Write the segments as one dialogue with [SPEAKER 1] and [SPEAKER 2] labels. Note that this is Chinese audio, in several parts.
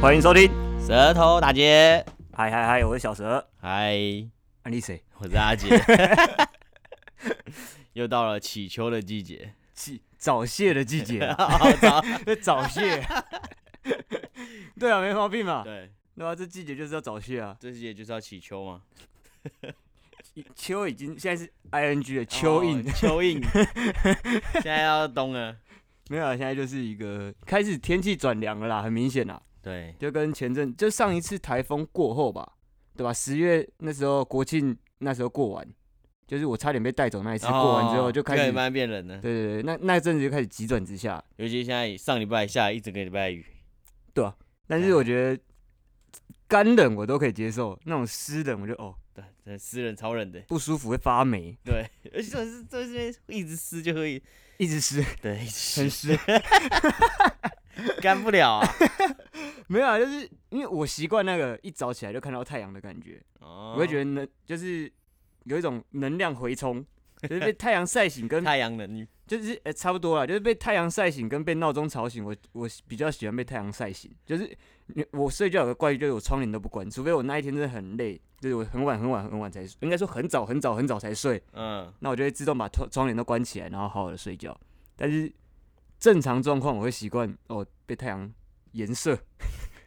[SPEAKER 1] 欢迎收听，
[SPEAKER 2] 舌头打结，
[SPEAKER 1] 嗨嗨嗨，我是小蛇，
[SPEAKER 2] 嗨，
[SPEAKER 1] 安利啊谁？
[SPEAKER 2] 我是阿杰， 又到了乞秋的季 节，
[SPEAKER 1] 气早泄的季节 啊，
[SPEAKER 2] 好早
[SPEAKER 1] 这早泄， 对啊，没毛病嘛，
[SPEAKER 2] 对，
[SPEAKER 1] 对啊，这季节就是要早泄啊，
[SPEAKER 2] 这季节就是要乞秋嘛，
[SPEAKER 1] 秋已经现在是 I N G 的蚯蚓，
[SPEAKER 2] 哦蚯 蚓，现在要冬了，
[SPEAKER 1] 没有啊，现在就是一个开始天气转凉了啦，很明显啦，啊
[SPEAKER 2] 对，
[SPEAKER 1] 就跟前阵就上一次台风过后吧，对吧？十月那时候国庆那时候过完，就是我差点被带走那一次，过完之后
[SPEAKER 2] 哦
[SPEAKER 1] 就开
[SPEAKER 2] 开始
[SPEAKER 1] 始，
[SPEAKER 2] 慢慢变冷了，
[SPEAKER 1] 对对对，那那阵子就开始急转直下，
[SPEAKER 2] 尤其现在上礼拜下一整个礼拜雨，
[SPEAKER 1] 但是我觉得干冷我都可以接受，那种湿冷我就哦
[SPEAKER 2] 对，真的湿冷超冷的，
[SPEAKER 1] 不舒服，会发霉，
[SPEAKER 2] 对，而且这是这是一直湿就会，
[SPEAKER 1] 一直湿，
[SPEAKER 2] 对，一直
[SPEAKER 1] 很
[SPEAKER 2] 湿
[SPEAKER 1] 湿。
[SPEAKER 2] 干不了啊，
[SPEAKER 1] 没有啊，就是因为我习惯那个一早起来就看到太阳的感觉，
[SPEAKER 2] 我
[SPEAKER 1] 我会觉得能就是有一种能量回冲，就是被太阳晒醒跟
[SPEAKER 2] 哦太阳能，
[SPEAKER 1] 就是呃、差不多啦，就是被太阳晒醒跟被闹钟吵醒，我我比较喜欢被太阳晒醒，就是你我睡觉有个怪癖，就是我窗帘都不关，除非我那一天真的很累，就是我很晚很晚很晚才，应该说很早很早很早才睡。
[SPEAKER 2] 嗯，
[SPEAKER 1] 那我就会自动把窗窗帘都关起来，然后好好的睡觉。但是正常状况，我会习惯哦被太阳颜色，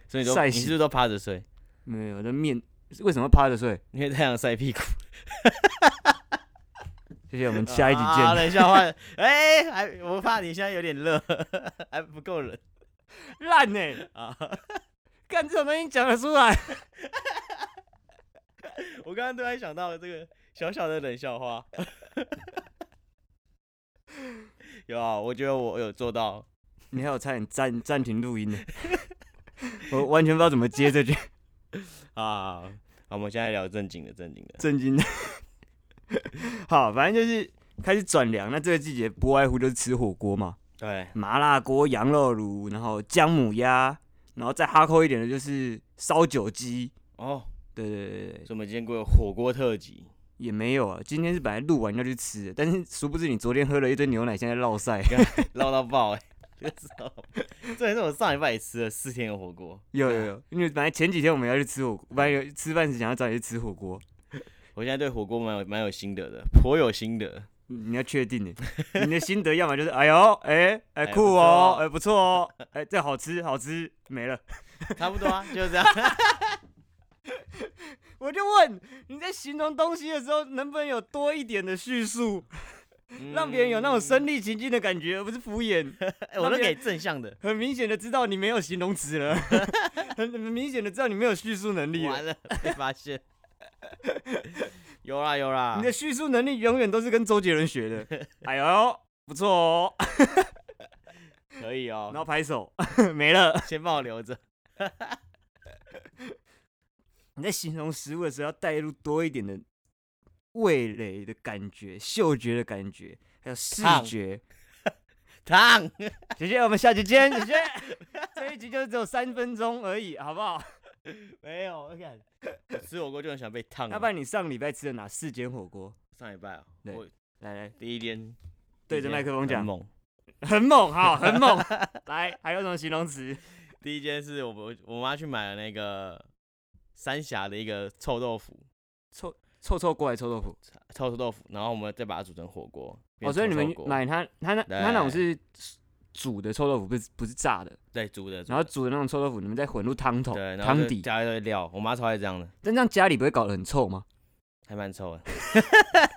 [SPEAKER 2] 所以你都
[SPEAKER 1] 晒
[SPEAKER 2] 你
[SPEAKER 1] 醒
[SPEAKER 2] 是不是都趴着睡？
[SPEAKER 1] 没有的面为什么趴着睡？
[SPEAKER 2] 因为太阳晒屁股。
[SPEAKER 1] 谢谢，我们 下一集
[SPEAKER 2] 啊好
[SPEAKER 1] 见。
[SPEAKER 2] 冷笑话， 哎、还我怕你现在有点热，还不够冷
[SPEAKER 1] 烂呢、
[SPEAKER 2] 啊！
[SPEAKER 1] 干这种东西讲得出来？
[SPEAKER 2] 我刚刚突然想到了这个小小的冷笑话， 有啊，我觉得我有做到，
[SPEAKER 1] 你还有差点暂暂停录音呢， 我完全不知道怎么接这句
[SPEAKER 2] 啊。好，我们现在聊正经的，正经的，
[SPEAKER 1] 震惊的。 好，反正就是开始转凉，那这个季节不外乎就是吃火锅嘛。
[SPEAKER 2] 对，
[SPEAKER 1] 麻辣锅、羊肉炉，然后姜母鸭，然后再哈扣一点的就是烧酒鸡。
[SPEAKER 2] 哦，
[SPEAKER 1] 对对对对，对
[SPEAKER 2] 所以我们今天过火锅特辑，
[SPEAKER 1] 也没有啊。今天是本来录完要去吃的，但是殊不知你昨天喝了一堆牛奶，现在落晒。
[SPEAKER 2] 唠到爆哎、 这个知道吗，这也是我上礼拜也吃了四天的火锅，
[SPEAKER 1] 有有有，因为本来前几天我们要去吃火锅，本来有吃饭时想要找你去吃火锅，
[SPEAKER 2] 我现在对火锅蛮有蛮有心得的，颇有心 得。
[SPEAKER 1] 你要确定的，你的心得要么就是哎呦，哎哎
[SPEAKER 2] 哎
[SPEAKER 1] 酷
[SPEAKER 2] 不
[SPEAKER 1] 哦，
[SPEAKER 2] 错
[SPEAKER 1] 哎不错哦，哎这好吃好吃，没了。
[SPEAKER 2] 差不多啊，就是这样。
[SPEAKER 1] 我就问你在形容东西的时候，能不能有多一点的叙述，让别人有那种身临其境的感觉，而不是敷衍。
[SPEAKER 2] 嗯，哎我
[SPEAKER 1] 让
[SPEAKER 2] 都
[SPEAKER 1] 别
[SPEAKER 2] 给
[SPEAKER 1] 人
[SPEAKER 2] 正 向的。
[SPEAKER 1] 很明显的知道你没有形容词了， 很很明显的知道你没有叙述能力了。
[SPEAKER 2] 完了，被发现。 有啦有啦
[SPEAKER 1] 你，的叙述能力永远都是跟周杰伦学的。 哎呦，不错哦，
[SPEAKER 2] 可以
[SPEAKER 1] 然
[SPEAKER 2] 哦，
[SPEAKER 1] 后拍手， 没了。
[SPEAKER 2] 先帮我留着。
[SPEAKER 1] 你在形容食物的时候，要带入多一点的味蕾的感觉、嗅觉的感觉，还有视
[SPEAKER 2] 烫
[SPEAKER 1] 觉。
[SPEAKER 2] 烫，
[SPEAKER 1] 姐姐，我们下集见。 姐姐，这一集就只有三分钟而已，好不好？
[SPEAKER 2] 没有，我看吃火锅就很想被烫。 啊
[SPEAKER 1] 要不然你上礼拜吃了哪四间火锅？
[SPEAKER 2] 上礼拜啊，
[SPEAKER 1] 对
[SPEAKER 2] 我
[SPEAKER 1] 来来，
[SPEAKER 2] 第一天
[SPEAKER 1] 对着麦克风讲
[SPEAKER 2] 很猛。
[SPEAKER 1] 很猛哈，很 猛。来，还有什么形容词？
[SPEAKER 2] 第一间是我我我妈去买了那个三峡的一个臭豆腐，
[SPEAKER 1] 臭臭臭过来臭豆腐。
[SPEAKER 2] 臭豆腐，然后我们再把它煮成火锅。
[SPEAKER 1] 哦，
[SPEAKER 2] 变
[SPEAKER 1] 所以你
[SPEAKER 2] 臭
[SPEAKER 1] 们
[SPEAKER 2] 臭锅
[SPEAKER 1] 买它，它那它那种是煮的臭豆腐，不是不是炸的。
[SPEAKER 2] 对煮的，煮的
[SPEAKER 1] 然后煮的那种臭豆腐，你们再混入汤头
[SPEAKER 2] 对，、然后
[SPEAKER 1] 汤
[SPEAKER 2] 就
[SPEAKER 1] 底，
[SPEAKER 2] 加一堆料，我妈超爱这样的。
[SPEAKER 1] 但这样家里不会搞得很臭吗？
[SPEAKER 2] 还蛮臭的。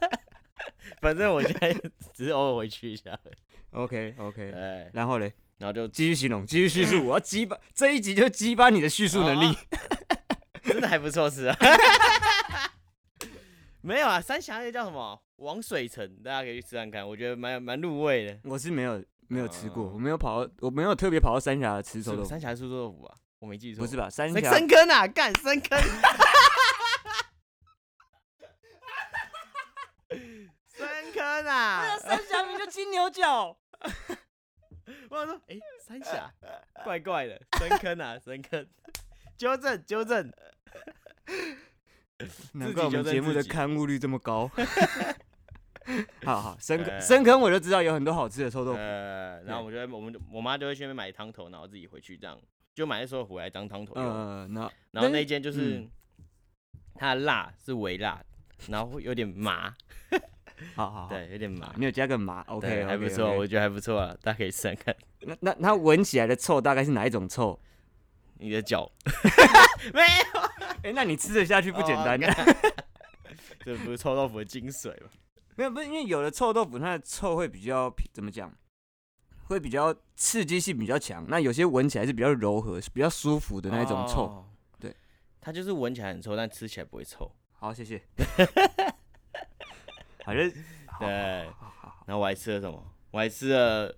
[SPEAKER 2] 反正我现在只是偶尔回去一下，
[SPEAKER 1] OK OK。
[SPEAKER 2] 哎，
[SPEAKER 1] 然后嘞，
[SPEAKER 2] 然后就
[SPEAKER 1] 继续形容，继续叙 述，我要激发这一集就激发你的叙述能力。
[SPEAKER 2] 哦啊真的还不错吃啊。 没有啊，三峡那个叫什么王水城，大家可以去吃看看，我觉得蛮蛮入味的。
[SPEAKER 1] 我是没有没有吃过，
[SPEAKER 2] 哦
[SPEAKER 1] 我没有跑到，我没有特别跑到三峡吃臭
[SPEAKER 2] 是
[SPEAKER 1] 豆腐，
[SPEAKER 2] 三峡是臭豆腐啊，我没记错。
[SPEAKER 1] 不是吧？三
[SPEAKER 2] 深
[SPEAKER 1] 峡
[SPEAKER 2] 深坑啊，干深坑。 深坑啊！
[SPEAKER 1] 三峡名就金牛角，
[SPEAKER 2] 我想说，哎、三峡，怪怪的，深坑 啊，深坑，纠正纠正，
[SPEAKER 1] 难怪我们节目的刊物率这么高。 好好，深
[SPEAKER 2] 哎
[SPEAKER 1] 坑深坑我就知道有很多好吃的臭豆腐。
[SPEAKER 2] 呃，然后我们就会，我们就我妈就会去那边买汤头，然后自己回去这样，就买那时候回来当汤头用。
[SPEAKER 1] 呃，那
[SPEAKER 2] 然
[SPEAKER 1] 那
[SPEAKER 2] 后那间就是、
[SPEAKER 1] 嗯
[SPEAKER 2] 它的辣是微辣，然后会有点麻，
[SPEAKER 1] 好好好，
[SPEAKER 2] 对，有点麻。
[SPEAKER 1] 你有加个麻，OK，
[SPEAKER 2] 对还不错
[SPEAKER 1] OK，OK
[SPEAKER 2] 我觉得还不错啊，大家可以试试看。
[SPEAKER 1] 那那它闻起来的臭大概是哪一种臭？
[SPEAKER 2] 你的脚没有，
[SPEAKER 1] 哎、那你吃得下去不简单。
[SPEAKER 2] 哦 这不是臭豆腐的精髓吗？
[SPEAKER 1] 没有，不是因为有的臭豆腐它的臭会比较怎么讲，会比较刺激性比较强。那有些闻起来是比较柔和、是比较舒服的那一种臭。
[SPEAKER 2] 哦
[SPEAKER 1] 对，
[SPEAKER 2] 它就是闻起来很臭，但吃起来不会臭。
[SPEAKER 1] 好，谢 谢。好，就是好
[SPEAKER 2] 对，
[SPEAKER 1] 好好好好
[SPEAKER 2] 然后我还吃了什么？我还吃了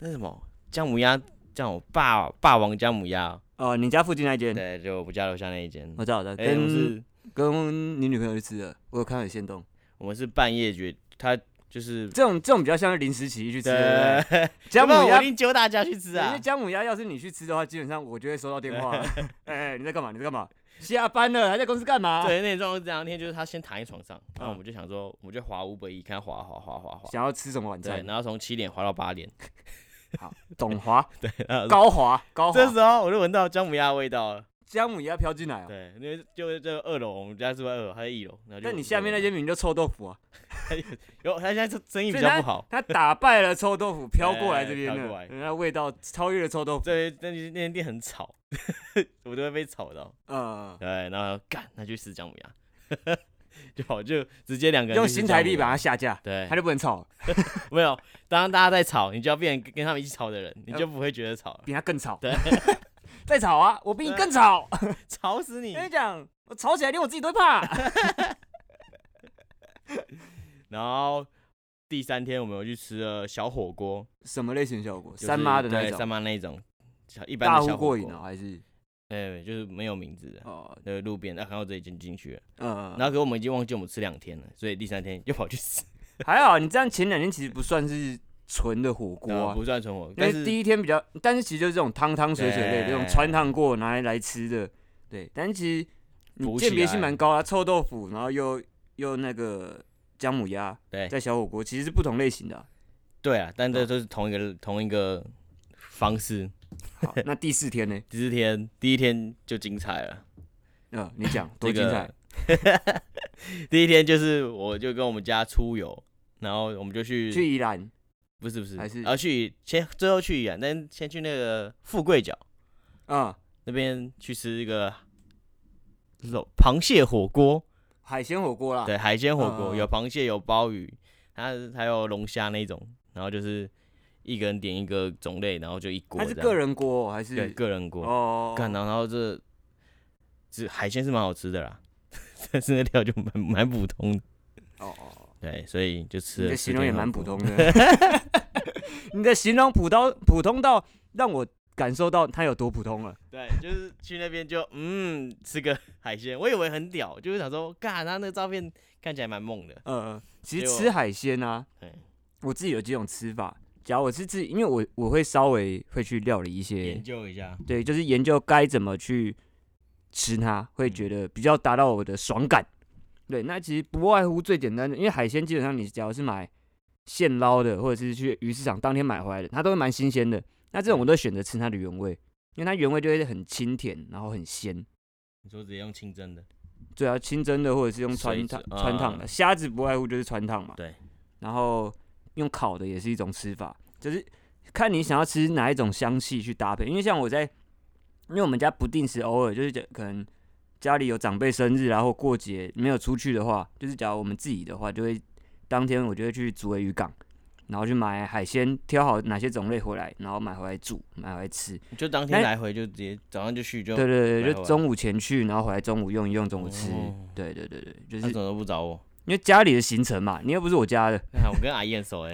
[SPEAKER 2] 那什么姜母鸭，叫我霸霸王姜母鸭。
[SPEAKER 1] 哦，你家附近那间，
[SPEAKER 2] 对，就我家楼下那一间。
[SPEAKER 1] 我知道，我知道，
[SPEAKER 2] 哎，我们
[SPEAKER 1] 哦跟、
[SPEAKER 2] 是，
[SPEAKER 1] 跟你女朋友去吃的，我有看到有现动。
[SPEAKER 2] 我们是半夜决，他就是
[SPEAKER 1] 这种这种比较像是临时起意去吃的，对不
[SPEAKER 2] 对，
[SPEAKER 1] 对姜母
[SPEAKER 2] 要不然我
[SPEAKER 1] 鸭
[SPEAKER 2] 一。定揪大家去吃
[SPEAKER 1] 对因
[SPEAKER 2] 啊
[SPEAKER 1] 为。姜母鸭要是你去吃的话，基本上我就会收到电话了。 哎、你在干嘛？你在干嘛？下班了还在公司干嘛？
[SPEAKER 2] 对，那种这两天就是他先躺在床上，
[SPEAKER 1] 嗯
[SPEAKER 2] 然后我们就想说，我们就滑五百一，看他滑滑滑滑滑，
[SPEAKER 1] 想要吃什么晚
[SPEAKER 2] 对，
[SPEAKER 1] 餐？
[SPEAKER 2] 然后从七点滑 到八点，
[SPEAKER 1] 董 华、
[SPEAKER 2] 然后
[SPEAKER 1] 高华、高
[SPEAKER 2] 这
[SPEAKER 1] 华，
[SPEAKER 2] 时候我就闻到姜母鸭的味 道了。
[SPEAKER 1] 姜母鸭飘进来哦。
[SPEAKER 2] 对，因为就就二楼，我们家住在二楼，他在一楼，然后就
[SPEAKER 1] 但你下面那
[SPEAKER 2] 些
[SPEAKER 1] 间名就臭豆腐啊，
[SPEAKER 2] 有，他现在生生意比
[SPEAKER 1] 所以
[SPEAKER 2] 较不好。
[SPEAKER 1] 它打败了臭豆腐，飘过来这边
[SPEAKER 2] 哎飘过来
[SPEAKER 1] 的，人家味道超越了臭豆腐。
[SPEAKER 2] 对，那那那间店很吵， 我都会被吵到。
[SPEAKER 1] 嗯，
[SPEAKER 2] 对，然后干，那就吃姜母鸭， 就好，就直接两个人
[SPEAKER 1] 用
[SPEAKER 2] 去吃
[SPEAKER 1] 新台
[SPEAKER 2] 姜母
[SPEAKER 1] 币把
[SPEAKER 2] 鸭
[SPEAKER 1] 它下架，
[SPEAKER 2] 对
[SPEAKER 1] 它，就不能炒，
[SPEAKER 2] 没有，当大家在吵，你就要变跟他们一起吵的人，你就不会觉得吵了，
[SPEAKER 1] 比它更吵。
[SPEAKER 2] 对，
[SPEAKER 1] 再吵啊，我比你更 吵。
[SPEAKER 2] 吵死你！
[SPEAKER 1] 跟你讲，我吵起来连我自己都会怕。
[SPEAKER 2] 然后第三天我们有去吃了小火锅，
[SPEAKER 1] 什么类型效果？
[SPEAKER 2] 就是
[SPEAKER 1] 三妈的那
[SPEAKER 2] 对三
[SPEAKER 1] 种，
[SPEAKER 2] 妈那一种，小一般
[SPEAKER 1] 大
[SPEAKER 2] 的
[SPEAKER 1] 呼
[SPEAKER 2] 小火
[SPEAKER 1] 过
[SPEAKER 2] 锅哎
[SPEAKER 1] 瘾哦，，还是
[SPEAKER 2] 对，就是没有名字的，
[SPEAKER 1] 哦，
[SPEAKER 2] 对，路边啊的，然后这已经进去了，
[SPEAKER 1] 嗯，
[SPEAKER 2] 然后可我们已经忘记我们吃两天了，所以第三天又跑去吃，
[SPEAKER 1] 还好，你这样前两天其实不算是纯的火锅
[SPEAKER 2] 然
[SPEAKER 1] 啊
[SPEAKER 2] 后，不算存活，
[SPEAKER 1] 但
[SPEAKER 2] 但
[SPEAKER 1] 是
[SPEAKER 2] 是
[SPEAKER 1] 第一天比较，但是其实就是这种汤汤水水类，
[SPEAKER 2] 对
[SPEAKER 1] 这种穿烫过拿来来吃的，对。但是其实你
[SPEAKER 2] 补起
[SPEAKER 1] 鉴别性
[SPEAKER 2] 来
[SPEAKER 1] 蛮高啊，臭豆腐，然后又又那个姜母鸭，
[SPEAKER 2] 对
[SPEAKER 1] 在小火锅其实是不同类型 的啊、
[SPEAKER 2] 对啊，但
[SPEAKER 1] 哦
[SPEAKER 2] 这都是同一个同一个方式。
[SPEAKER 1] 好，那第四天呢？
[SPEAKER 2] 第四天，第一天就精彩了。
[SPEAKER 1] 嗯、你讲多
[SPEAKER 2] 这
[SPEAKER 1] 精彩？
[SPEAKER 2] 个 第一天就是我就跟我们家出游，然后我们就去
[SPEAKER 1] 去宜兰
[SPEAKER 2] 不是不是，
[SPEAKER 1] 还是
[SPEAKER 2] 啊去先最后去宜兰，但先去那个富贵角
[SPEAKER 1] 啊、
[SPEAKER 2] 那边去吃一个肉螃蟹火锅，
[SPEAKER 1] 海鲜火锅啦。
[SPEAKER 2] 对海鲜火锅、
[SPEAKER 1] 嗯嗯嗯
[SPEAKER 2] 有螃蟹有鲍鱼，它还有龙虾那种，然后就是一个人点一个种类，然后就一锅
[SPEAKER 1] 它
[SPEAKER 2] 这
[SPEAKER 1] 是
[SPEAKER 2] 样。
[SPEAKER 1] 个人锅哦还是
[SPEAKER 2] 对个人锅，
[SPEAKER 1] 哦？
[SPEAKER 2] 干然后然后这这海鲜是蛮好吃的啦，但是那料就蛮蛮普通的
[SPEAKER 1] 哦哦，哦
[SPEAKER 2] 对，所以就吃
[SPEAKER 1] 你
[SPEAKER 2] 了。
[SPEAKER 1] 的形容也蛮普通。的。 你的形容普通普通到让我感受到它有多普通了。
[SPEAKER 2] 对，就是去那边就嗯吃个海鲜，我以为很屌，就是想说，干他那个照片看起来蛮猛的。
[SPEAKER 1] 呃，其实
[SPEAKER 2] 结果
[SPEAKER 1] 吃海鲜啊
[SPEAKER 2] 对，
[SPEAKER 1] 我自己有几种吃法。假如我是自己，因为我我会稍微会去料理一些
[SPEAKER 2] 研，究一下，
[SPEAKER 1] 对，就是研究该怎么去吃它，会觉得比较达到我的爽感。对，那其实不外乎最简单的，因为海鲜基本上你只要是买现捞的，或者是去鱼市场当天买回来的，它都会蛮新鲜的。那这种我都选择吃它的原味，因为它原味就会很清甜，然后很鲜。
[SPEAKER 2] 你说直接用清蒸的，
[SPEAKER 1] 对啊，清蒸的或者是用
[SPEAKER 2] 水
[SPEAKER 1] 穿
[SPEAKER 2] 煮
[SPEAKER 1] 烫穿烫的，虾子不外乎就是穿烫嘛。
[SPEAKER 2] 啊对。
[SPEAKER 1] 然后用烤的也是一种吃法，就是看你想要吃哪一种香气去搭配。因为像我在，因为我们家不定时偶尔就是讲可能家里有长辈生日啊，然后过节没有出去的话，就是假如我们自己的话，就会当天我就会去竹围渔港，然后去买海鲜，挑好哪些种类回来，然后买回来煮，买回来吃。
[SPEAKER 2] 你就当天
[SPEAKER 1] 那
[SPEAKER 2] 来回就直接早上就去就，
[SPEAKER 1] 对对
[SPEAKER 2] 买回
[SPEAKER 1] 对，
[SPEAKER 2] 来
[SPEAKER 1] 就中午前去，然后回来中午用一用，中午吃
[SPEAKER 2] 哦。
[SPEAKER 1] 对对对对，就
[SPEAKER 2] 他
[SPEAKER 1] 是
[SPEAKER 2] 怎么都 不找我？
[SPEAKER 1] 因为家里的行程嘛，你又不是我家的，
[SPEAKER 2] 看我跟阿燕熟哎，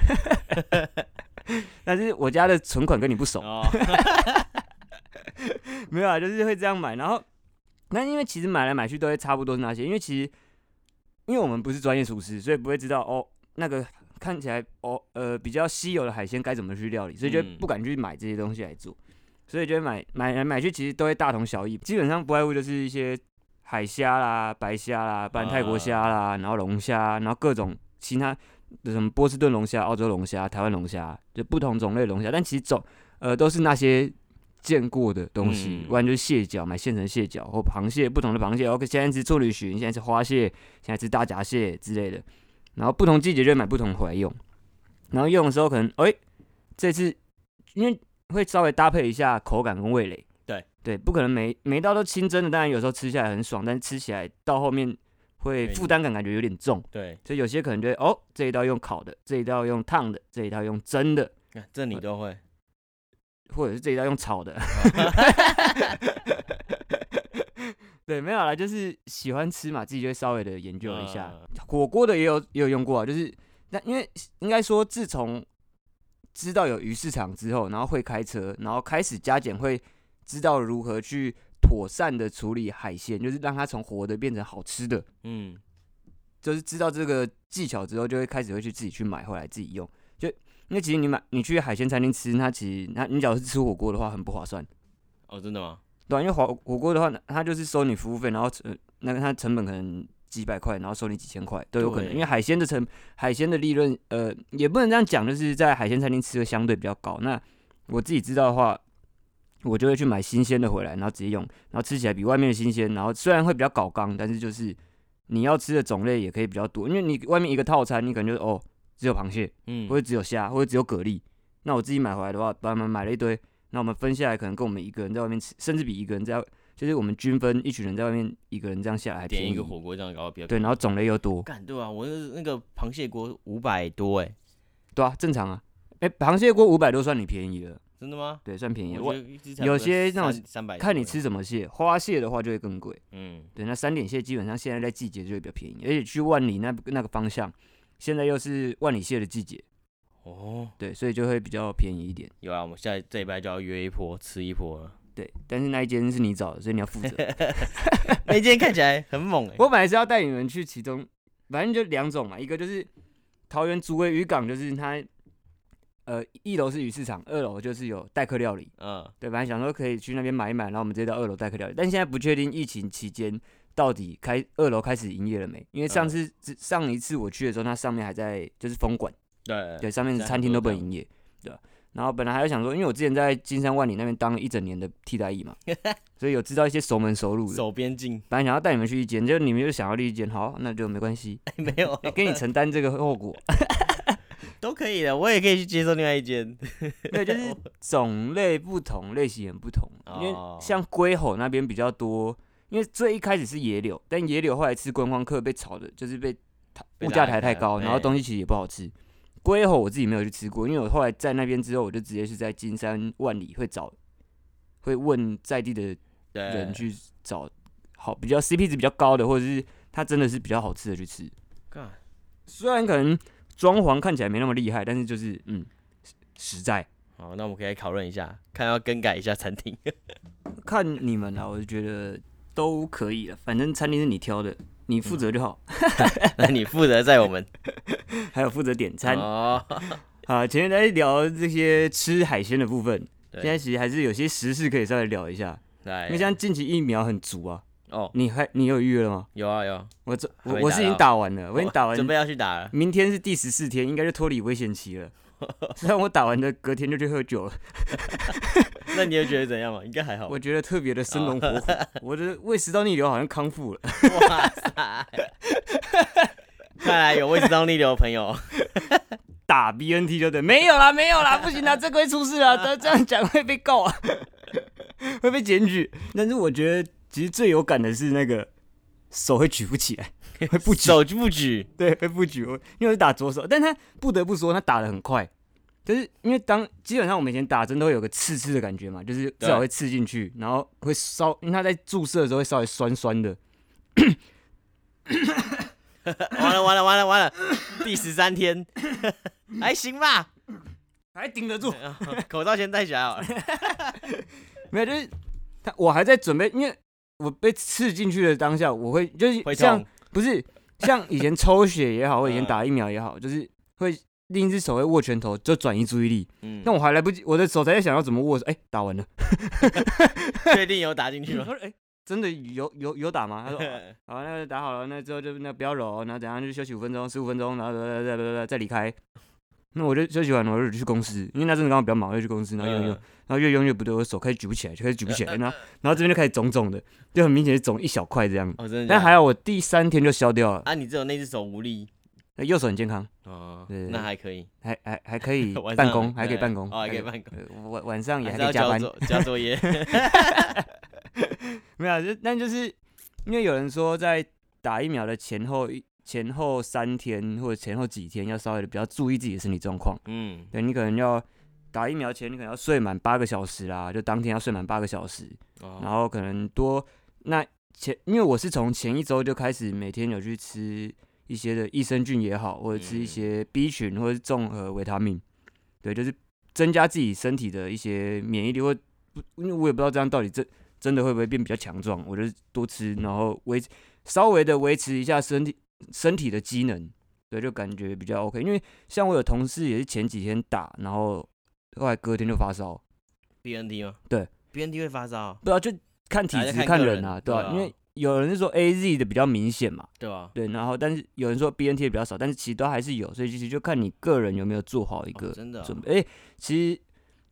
[SPEAKER 1] 但是我家的存款跟你不熟，
[SPEAKER 2] 哦，
[SPEAKER 1] 没有啊，就是会这样买。然后，那因为其实买来买去都会差不多是那些，因为其实因为我们不是专业厨师，所以不会知道哦那个看起来哦呃比较稀有的海鲜该怎么去料理，所以就
[SPEAKER 2] 嗯
[SPEAKER 1] 不敢去买这些东西来做，所以就会买买来买去其实都会大同小异，基本上不外乎就是一些海虾啦、白虾啦、不然泰国虾啦，然后龙虾，然后各种其他的什么波士顿龙虾、澳洲龙虾、台湾龙虾，就不同种类的龙虾，但其实种呃都是那些见过的东西，
[SPEAKER 2] 嗯
[SPEAKER 1] 不然就是蟹脚，买现成蟹脚或螃蟹，不同的螃蟹。OK，现在吃处女鲟，现在吃花蟹，现在吃大闸蟹之类的。然后不同季节就会买不同回来用，然后用的时候可能哎、这次因为会稍微搭配一下口感跟味蕾。
[SPEAKER 2] 对
[SPEAKER 1] 对，不可能每每一道都清蒸的，当然有时候吃起来很爽，但是吃起来到后面会
[SPEAKER 2] 对
[SPEAKER 1] 负担感感觉有点重，
[SPEAKER 2] 对，
[SPEAKER 1] 所以有些可能就会哦这一道用烤的，这一道用烫的，这一道用蒸的，
[SPEAKER 2] 啊这你都会，
[SPEAKER 1] 或者是这一道用炒的。对，没有啦，就是喜欢吃嘛，自己就会稍微的研究一下。
[SPEAKER 2] 嗯
[SPEAKER 1] 火锅的也有也有用过啊，就是那因为应该说，自从知道有鱼市场之后，然后会开车，然后开始加减会知道如何去妥善的处理海鲜，就是让它从活的变成好吃的。
[SPEAKER 2] 嗯，
[SPEAKER 1] 就是知道这个技巧之后，就会开始会去自己去买回来自己用。就因为其实你买你去海鲜餐厅吃，它其实它你假如是吃火锅的话，很不划算，
[SPEAKER 2] 哦，真的吗？
[SPEAKER 1] 对啊、因为火火锅的话，它就是收你服务费，然后呃那个它成本可能几百块，然后收你几千块都有可能。
[SPEAKER 2] 对
[SPEAKER 1] 因为海鲜的成海鲜的利润，呃，也不能这样讲，就是在海鲜餐厅吃的相对比较高。那我自己知道的话，我就会去买新鲜的回来，然后直接用，然后吃起来比外面的新鲜，然后虽然会比较搞刚，但是就是你要吃的种类也可以比较多，因为你外面一个套餐，你可能就是哦只有螃蟹，
[SPEAKER 2] 嗯，
[SPEAKER 1] 或者只有虾，或者只有蛤蜊。那我自己买回来的话，把我们买了一堆，那我们分下来，可能跟我们一个人在外面吃，甚至比一个人在，就是我们均分一群人在外面一个人这样下来还便
[SPEAKER 2] 点
[SPEAKER 1] 宜。
[SPEAKER 2] 一个火锅这样搞到比较
[SPEAKER 1] 对，然后种类又多，
[SPEAKER 2] 干对啊，我那个那个螃蟹锅五百多哎，
[SPEAKER 1] 对啊，正常啊。哎、螃蟹锅五百多算你便宜了，
[SPEAKER 2] 真的吗？
[SPEAKER 1] 对，算便宜了。嗯
[SPEAKER 2] 我
[SPEAKER 1] 我
[SPEAKER 2] 觉得一只才
[SPEAKER 1] 有
[SPEAKER 2] 不到
[SPEAKER 1] 些那种
[SPEAKER 2] 三三百，
[SPEAKER 1] 看你，吃什么蟹，花蟹的话就会更贵。
[SPEAKER 2] 嗯，
[SPEAKER 1] 对，那三点蟹基本上现在在季节就会比较便宜，而且去万里那那个方向，现在又是万里蟹的季节，
[SPEAKER 2] 哦，
[SPEAKER 1] 对，所以就会比较便宜一点。
[SPEAKER 2] 有啊，我们下这一拜就要约一波吃一波了。
[SPEAKER 1] 对，但是那一间是你找的，所以你要负责。
[SPEAKER 2] 那哎今天看起来 很猛哎，
[SPEAKER 1] 我本来是要带你们去其中，反正就两种嘛，一个就是桃园竹围渔港，就是它，呃，一楼是鱼市场，二楼就是有代客料理，
[SPEAKER 2] 嗯，
[SPEAKER 1] 对，本来想说可以去那边买一买，然后我们直接到二楼代客料理，但现在不确定疫情期间到底开二楼开始营业了没，因为上
[SPEAKER 2] 嗯
[SPEAKER 1] 次、只上一次我去的时候，它上面还在就是封管，
[SPEAKER 2] 对，
[SPEAKER 1] 对，上面
[SPEAKER 2] 现在
[SPEAKER 1] 餐
[SPEAKER 2] 很
[SPEAKER 1] 厅
[SPEAKER 2] 多
[SPEAKER 1] 都不能
[SPEAKER 2] 这
[SPEAKER 1] 营业，对吧。然后本来还想说，因为我之前在金山万里那边当了一整年的替代役 嘛，所以有知道一些熟门熟路的，
[SPEAKER 2] 手边进
[SPEAKER 1] 本来想要带你们去一间，结果你们就想要另一间，好，那就没关系，
[SPEAKER 2] 没有啊，
[SPEAKER 1] 给你承担这个后果。
[SPEAKER 2] 都可以的，我也可以去接受另外一间。
[SPEAKER 1] 对，就是种类不同，类型也不同。因为
[SPEAKER 2] 哦
[SPEAKER 1] 像龟吼那边比较多，因为最一开始是野柳，但野柳后来吃观光客被炒的，就是被它
[SPEAKER 2] 被
[SPEAKER 1] 物价
[SPEAKER 2] 拉
[SPEAKER 1] 抬太
[SPEAKER 2] 高
[SPEAKER 1] 高，然后
[SPEAKER 2] 对
[SPEAKER 1] 东西其实也不好吃。龟吼我自己没有去吃过，因为我后来在那边之后，我就直接是在金山万里会找，会问在地的人
[SPEAKER 2] 对，
[SPEAKER 1] 去找好比较 CP 值比较高的，或者是它真的是比较好吃的去吃。
[SPEAKER 2] 干
[SPEAKER 1] 虽然可能装潢看起来没那么厉害，但是就是嗯实实在。
[SPEAKER 2] 好，那我们可以来讨论一下，看要更改一下餐厅。
[SPEAKER 1] 看你们啦，我就觉得都可以了，反正餐厅是你挑的，你负责就 好，
[SPEAKER 2] 那你负责在我们
[SPEAKER 1] 还有负责点餐。
[SPEAKER 2] 哦，
[SPEAKER 1] 好，前面在聊这些吃海鲜的部分，
[SPEAKER 2] 对哎
[SPEAKER 1] 现在其实还是有些时事可以稍微聊一下，因
[SPEAKER 2] 来
[SPEAKER 1] 为，像近期疫苗很足啊。
[SPEAKER 2] 哦，
[SPEAKER 1] 你还你有预约了吗？
[SPEAKER 2] 有啊有啊，
[SPEAKER 1] 我这
[SPEAKER 2] 还
[SPEAKER 1] 我
[SPEAKER 2] 没
[SPEAKER 1] 我是已经
[SPEAKER 2] 打哦
[SPEAKER 1] 打完了，我已经打完，
[SPEAKER 2] 准备要去打了。
[SPEAKER 1] 明天是第十四天，应该就脱离危险期 了。虽然我打完的隔天就去喝酒了。
[SPEAKER 2] 那你又觉得怎样嘛？应该还好吧。
[SPEAKER 1] 我觉得特别的生龙活虎， 我的胃食道逆流好像康复了。
[SPEAKER 2] 哇塞！看来有胃食道逆流的朋友，
[SPEAKER 1] 打 BNT 就对，没有啦，没有 啦，不行啦，这个会出事啦，这这样讲会被告啊， 会被检举。但是我觉得其实最有感的是那个手会举不起来， 会不举，
[SPEAKER 2] 手就不举，
[SPEAKER 1] 对，会不举，我因为我是打左手，但他不得不说他打的很快，就是因为当基本上我们以前打针都会有个刺刺的感觉嘛，就是至少会刺进去，然后会稍，因为他在注射的时候会稍微酸酸的，
[SPEAKER 2] 完了完了完了完了，第十三 天，还行吧，
[SPEAKER 1] 还顶得住。
[SPEAKER 2] 口罩先戴起来 好了。
[SPEAKER 1] 没有，就是他，我还在准备，因为我被刺进去的当下，我会就是
[SPEAKER 2] 会
[SPEAKER 1] 像
[SPEAKER 2] 痛，
[SPEAKER 1] 不是像以前抽血也好，或以前
[SPEAKER 2] 嗯
[SPEAKER 1] 打疫苗也好，就是会另一只手会握拳头，就转移注意力。
[SPEAKER 2] 嗯
[SPEAKER 1] 那我还来不及，我的手才在想要怎么握，哎、打完了。
[SPEAKER 2] 确定有打进去
[SPEAKER 1] 我
[SPEAKER 2] 吗？
[SPEAKER 1] 说，哎、真的有有有打吗？他说，哦好，那个打好了，那之后就那不要揉，然后等下就休息五分钟、十五分钟，然后再再再再再离开。那我就休息完了，我就去公司，因为那阵子刚好比较忙，我就去公司，然后用一用，
[SPEAKER 2] 嗯
[SPEAKER 1] 然后越用越不对，我手开始举不起来，就开始举不起来，
[SPEAKER 2] 呃
[SPEAKER 1] 然后然后这边就开始肿肿的，就很明显是肿一小块这样。
[SPEAKER 2] 哦，真的假的。
[SPEAKER 1] 但还好我第三天就消掉了，
[SPEAKER 2] 啊，你只有那只手无力
[SPEAKER 1] 那右手很健康，
[SPEAKER 2] 哦
[SPEAKER 1] 对
[SPEAKER 2] 那还可以，
[SPEAKER 1] 还还还可以
[SPEAKER 2] 晚上
[SPEAKER 1] 办公，还可以
[SPEAKER 2] 对
[SPEAKER 1] 办公，
[SPEAKER 2] 哦，还可以办公，
[SPEAKER 1] 呃晚晚上也
[SPEAKER 2] 还
[SPEAKER 1] 还可
[SPEAKER 2] 是要
[SPEAKER 1] 以加
[SPEAKER 2] 交
[SPEAKER 1] 班，
[SPEAKER 2] 作交 作业。
[SPEAKER 1] 没有啊，就但就是因为有人说在打疫苗的前后一前后三天或者前后几天要稍微的比较注意自己的身体状况，
[SPEAKER 2] 嗯，
[SPEAKER 1] 对你可能要打疫苗前你可能要睡满八个小时啦，就当天要睡满八个小时，然
[SPEAKER 2] 哦，
[SPEAKER 1] 后可能多那前，因为我是从前一周就开始每天有去吃一些的益生菌也好，或者吃一
[SPEAKER 2] 嗯
[SPEAKER 1] 些 B 群或者是综合维他命，对，就是增加自己身体的一些免疫力，或不，因为我也不知道这样到底真真的会不会变比较强壮，我就是多吃，然后维稍微的维持一下身体身体的机能，对，就感觉比较 OK。因为像我有同事也是前几天打，然后后来隔天就发烧，
[SPEAKER 2] BNT 吗？
[SPEAKER 1] 对
[SPEAKER 2] ，BNT 会发烧，
[SPEAKER 1] 对啊，就看体
[SPEAKER 2] 还是
[SPEAKER 1] 质
[SPEAKER 2] 看
[SPEAKER 1] 看
[SPEAKER 2] 个
[SPEAKER 1] 人
[SPEAKER 2] 人
[SPEAKER 1] 啊，对啊，
[SPEAKER 2] 对啊
[SPEAKER 1] 因为有人是说 A Z 的比较明显嘛，
[SPEAKER 2] 对吧？
[SPEAKER 1] 对，然后但是有人说 B N T 的比较少，但是其实都还是有，所以其实就看你个人有没有做好一
[SPEAKER 2] 哦
[SPEAKER 1] 个
[SPEAKER 2] 真的哦
[SPEAKER 1] 准备。哎、其实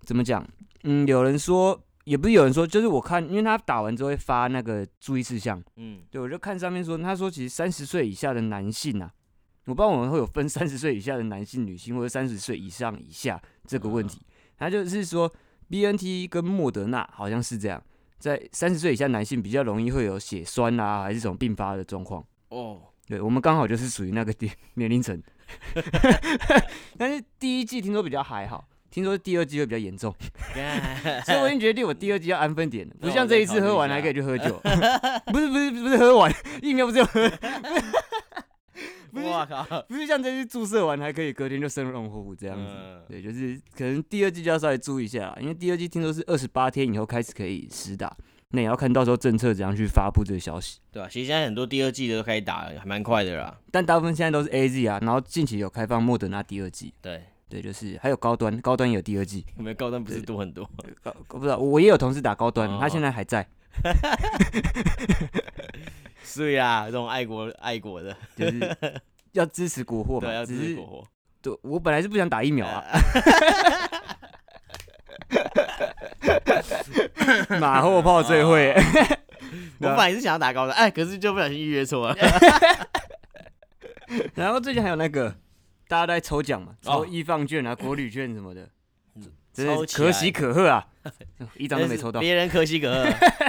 [SPEAKER 1] 怎么讲，嗯，有人说也不是有人说，就是我看，因为他打完之后会发那个注意事项，
[SPEAKER 2] 嗯，
[SPEAKER 1] 对我就看上面说，他说其实三十岁以下的男性啊，我不知道我们会有分三十岁以下的男性、女性，或者三十岁以上以下这个问题。
[SPEAKER 2] 嗯
[SPEAKER 1] 他就是说，B N T 跟莫德纳好像是这样，在三十岁以下男性比较容易会有血栓啊，还是什么并发的状况。
[SPEAKER 2] 哦，
[SPEAKER 1] 对我们刚好就是属于那个年年龄层， 但是第一季听说比较还好，听说第二季会比较严重，
[SPEAKER 2] 干
[SPEAKER 1] 所以我已经决定我第二季要安分点了，不
[SPEAKER 2] 那
[SPEAKER 1] 像
[SPEAKER 2] 我
[SPEAKER 1] 这
[SPEAKER 2] 再
[SPEAKER 1] 一次
[SPEAKER 2] 考虑
[SPEAKER 1] 喝
[SPEAKER 2] 一
[SPEAKER 1] 完
[SPEAKER 2] 下
[SPEAKER 1] 还可以去喝 酒， 不是不是不是喝完疫苗不是有喝，不是
[SPEAKER 2] 哇靠，
[SPEAKER 1] 不是像这次注射完还可以隔天就生龙活虎这
[SPEAKER 2] 这
[SPEAKER 1] 样子，
[SPEAKER 2] 嗯
[SPEAKER 1] 对，就是可能第二季就要稍微注意一下啦，因为第二季听说是二十八天以后开始可以实打，那也要看到时候政策怎样去发布这个消息。
[SPEAKER 2] 对啊吧？其实现在很多第二季的都开始打了，还蛮快的啦。
[SPEAKER 1] 但大部分现在都是 A Z 啊，然后近期有开放莫德纳第二季，
[SPEAKER 2] 对，
[SPEAKER 1] 对，就是还有高端，高端也有第二季。
[SPEAKER 2] 有没有高端不是多很多？
[SPEAKER 1] 高我不知道，我也有同事打高端，
[SPEAKER 2] 哦
[SPEAKER 1] 他现在还在，
[SPEAKER 2] 是呀，这种爱国爱国的，
[SPEAKER 1] 就是要支持国货
[SPEAKER 2] 对，
[SPEAKER 1] 嘛。
[SPEAKER 2] 要
[SPEAKER 1] 只
[SPEAKER 2] 支持
[SPEAKER 1] 是
[SPEAKER 2] 国货。
[SPEAKER 1] 对我本来是不想打疫苗啊， 马后炮最会。
[SPEAKER 2] 我
[SPEAKER 1] 对啊
[SPEAKER 2] 本来是想要打高端，哎，可是就不小心预约错了。
[SPEAKER 1] 然后最近还有那个大家都在抽奖嘛，抽
[SPEAKER 2] 哦
[SPEAKER 1] 易放券啊、国旅券什么的
[SPEAKER 2] 嗯，
[SPEAKER 1] 真的
[SPEAKER 2] 抽
[SPEAKER 1] 是可喜
[SPEAKER 2] 起来
[SPEAKER 1] 可贺 啊！一张都没抽到，
[SPEAKER 2] 别人可喜可贺。